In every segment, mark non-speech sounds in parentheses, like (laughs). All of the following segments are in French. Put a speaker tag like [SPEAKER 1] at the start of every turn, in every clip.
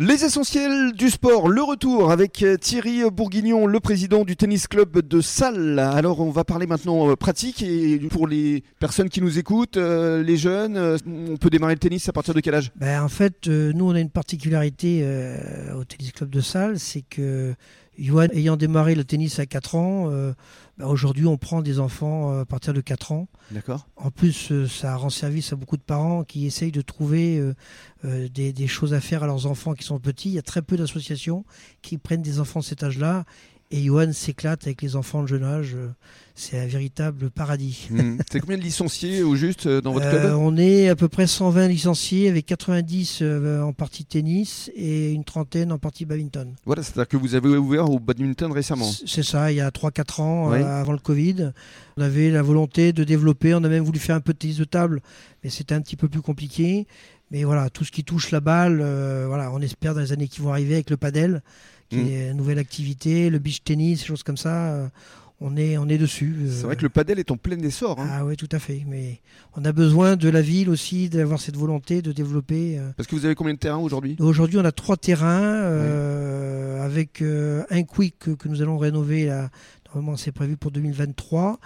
[SPEAKER 1] Les essentiels du sport, le retour avec euh, Thierry Bourguignon, le président du tennis club de Salles. Alors on va parler maintenant euh, pratique et pour les personnes qui nous écoutent, euh, les jeunes, euh, on peut démarrer le tennis à partir de quel âge
[SPEAKER 2] Ben, en fait, euh, nous, on a une particularité euh, au Tennis Club de Salles, c'est que Johan, ayant démarré le tennis à 4 ans, euh, ben, aujourd'hui, on prend des enfants euh, à partir de 4 ans.
[SPEAKER 1] D'accord.
[SPEAKER 2] En plus, euh, ça rend service à beaucoup de parents qui essayent de trouver euh, euh, des, des choses à faire à leurs enfants qui sont petits. Il y a très peu d'associations qui prennent des enfants de cet âge-là. Et Johan s'éclate avec les enfants de jeune âge. Euh, C'est un véritable paradis.
[SPEAKER 1] Hmm.
[SPEAKER 2] (laughs)
[SPEAKER 1] C'est combien de licenciés au juste euh, dans votre
[SPEAKER 2] Euh,
[SPEAKER 1] club
[SPEAKER 2] On est à peu près 120 licenciés, avec 90 euh, en partie tennis et une trentaine en partie badminton.
[SPEAKER 1] Voilà, c'est-à-dire que vous avez ouvert au badminton récemment.
[SPEAKER 2] C- C'est ça, il y a 3-4
[SPEAKER 1] Ah
[SPEAKER 2] ans,
[SPEAKER 1] Oui.
[SPEAKER 2] euh, avant le Covid. On avait la volonté de développer, on a même voulu faire un peu de tennis de table, mais c'était un petit peu plus compliqué. Mais voilà, tout ce qui touche la balle, euh, voilà, on espère dans les années qui vont arriver avec le padel, qui
[SPEAKER 1] Mm.
[SPEAKER 2] est une nouvelle activité, le beach tennis, choses comme ça, euh, on, est, on est dessus.
[SPEAKER 1] C'est
[SPEAKER 2] euh,
[SPEAKER 1] vrai que le padel est en plein essor. hein.
[SPEAKER 2] ah oui, tout à fait. Mais on a besoin de la ville aussi, d'avoir cette volonté de développer. euh.
[SPEAKER 1] Parce que vous avez combien de terrains aujourd'hui
[SPEAKER 2] Aujourd'hui, on a trois terrains euh, avec euh, un quick que, que nous allons rénover. Là. Normalement, c'est prévu pour 2023.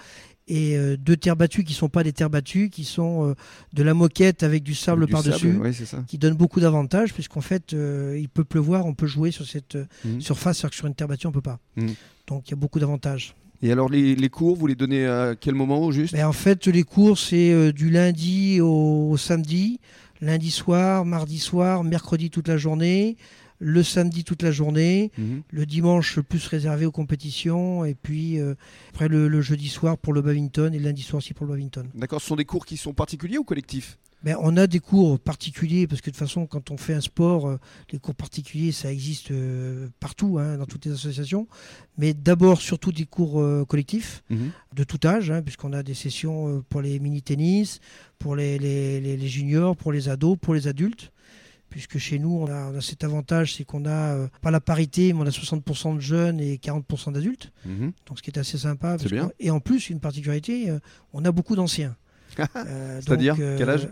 [SPEAKER 2] Et euh, deux terres battues qui sont pas des terres battues, qui sont euh, de la moquette avec du sable
[SPEAKER 1] Du
[SPEAKER 2] par-dessus.
[SPEAKER 1] Oui, c'est ça.
[SPEAKER 2] qui donne beaucoup d'avantages puisqu'en fait euh, il peut pleuvoir, on peut jouer sur cette euh,
[SPEAKER 1] Mhm.
[SPEAKER 2] surface, alors que sur une terre battue on peut pas.
[SPEAKER 1] Mhm.
[SPEAKER 2] Donc il y a beaucoup d'avantages.
[SPEAKER 1] Et alors les, les cours, vous les donnez à quel moment au juste
[SPEAKER 2] Ben, en fait, les cours, c'est euh, du lundi au, au samedi, lundi soir, mardi soir, mercredi toute la journée, le samedi toute la journée,
[SPEAKER 1] Mhm.
[SPEAKER 2] le dimanche plus réservé aux compétitions, et puis euh, après le, le jeudi soir pour le badminton et le lundi soir aussi pour le badminton.
[SPEAKER 1] D'accord, ce sont des cours qui sont particuliers ou collectifs
[SPEAKER 2] Ben, on a des cours particuliers, parce que de toute façon, quand on fait un sport, euh, les cours particuliers, ça existe euh, partout, hein, dans toutes les associations, mais d'abord surtout des cours euh, collectifs de tout âge, hein, puisqu'on a des sessions euh, pour les mini-tennis, pour les, les- les- les juniors, pour les ados, pour les adultes. Puisque chez nous, on a, on a cet avantage, c'est qu'on a euh, pas la parité, mais on a 60% de jeunes et 40% d'adultes.
[SPEAKER 1] Mhm.
[SPEAKER 2] Donc, ce qui est assez sympa.
[SPEAKER 1] C'est
[SPEAKER 2] parce
[SPEAKER 1] bien.
[SPEAKER 2] qu'on- Et en plus, une particularité, euh, on a beaucoup d'anciens. Euh, donc,
[SPEAKER 1] (laughs) C'est-à-dire
[SPEAKER 2] euh,
[SPEAKER 1] Quel âge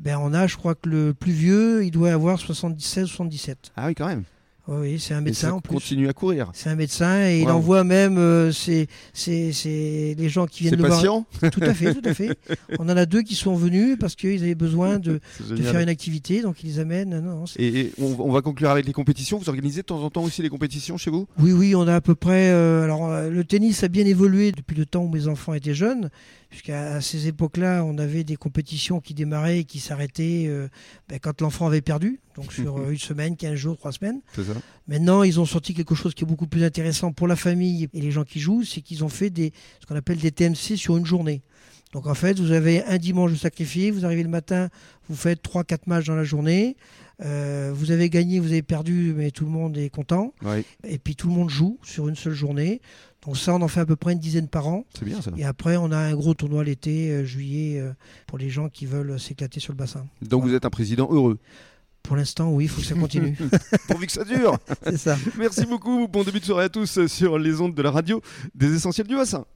[SPEAKER 2] ben, On a, je crois que le plus vieux, il doit avoir 76, 77.
[SPEAKER 1] Ah oui, quand même.
[SPEAKER 2] Oui, Oui, c'est un
[SPEAKER 1] Et
[SPEAKER 2] médecin
[SPEAKER 1] ça
[SPEAKER 2] en plus.
[SPEAKER 1] continue à courir.
[SPEAKER 2] C'est un médecin et il
[SPEAKER 1] Wow.
[SPEAKER 2] envoie même euh, ses- ses- ses- les gens qui viennent
[SPEAKER 1] C'est
[SPEAKER 2] le voir
[SPEAKER 1] patient
[SPEAKER 2] tout à fait, tout à fait. On en a deux qui sont venus parce qu'ils avaient besoin de,
[SPEAKER 1] C'est
[SPEAKER 2] de
[SPEAKER 1] génial.
[SPEAKER 2] faire une activité, donc ils les amènent. Non, non, c'est-
[SPEAKER 1] Et, et on, on va conclure avec les compétitions. Vous organisez de temps en temps aussi les compétitions chez vous
[SPEAKER 2] oui, oui, on a à peu près. euh, alors, euh, le tennis a bien évolué depuis le temps où mes enfants étaient jeunes, puisqu'à à ces époques-là, on avait des compétitions qui démarraient et qui s'arrêtaient euh, ben, quand l'enfant avait perdu, donc sur euh, une semaine, 15 jours, 3 semaines.
[SPEAKER 1] C'est ça.
[SPEAKER 2] Maintenant, ils ont sorti quelque chose qui est beaucoup plus intéressant pour la famille et les gens qui jouent, c'est qu'ils ont fait des, ce qu'on appelle des TMC sur une journée. Donc en fait, vous avez un dimanche de sacrifié, vous arrivez le matin, vous faites 3-4 matchs dans la journée, euh, vous avez gagné, vous avez perdu, mais tout le monde est content,
[SPEAKER 1] Oui,
[SPEAKER 2] et puis tout le monde joue sur une seule journée. Donc ça, on en fait à peu près une dizaine par an.
[SPEAKER 1] c'est bien ça.
[SPEAKER 2] Et après, on a un gros tournoi l'été, euh, juillet, euh, pour les gens qui veulent s'éclater sur le bassin.
[SPEAKER 1] Donc vous êtes un président heureux.
[SPEAKER 2] Pour l'instant, oui, il faut que ça continue.
[SPEAKER 1] Pourvu que ça dure
[SPEAKER 2] (laughs) c'est ça.
[SPEAKER 1] Merci beaucoup. Bon début de soirée à tous sur les ondes de la radio des Essentiels du Bassin.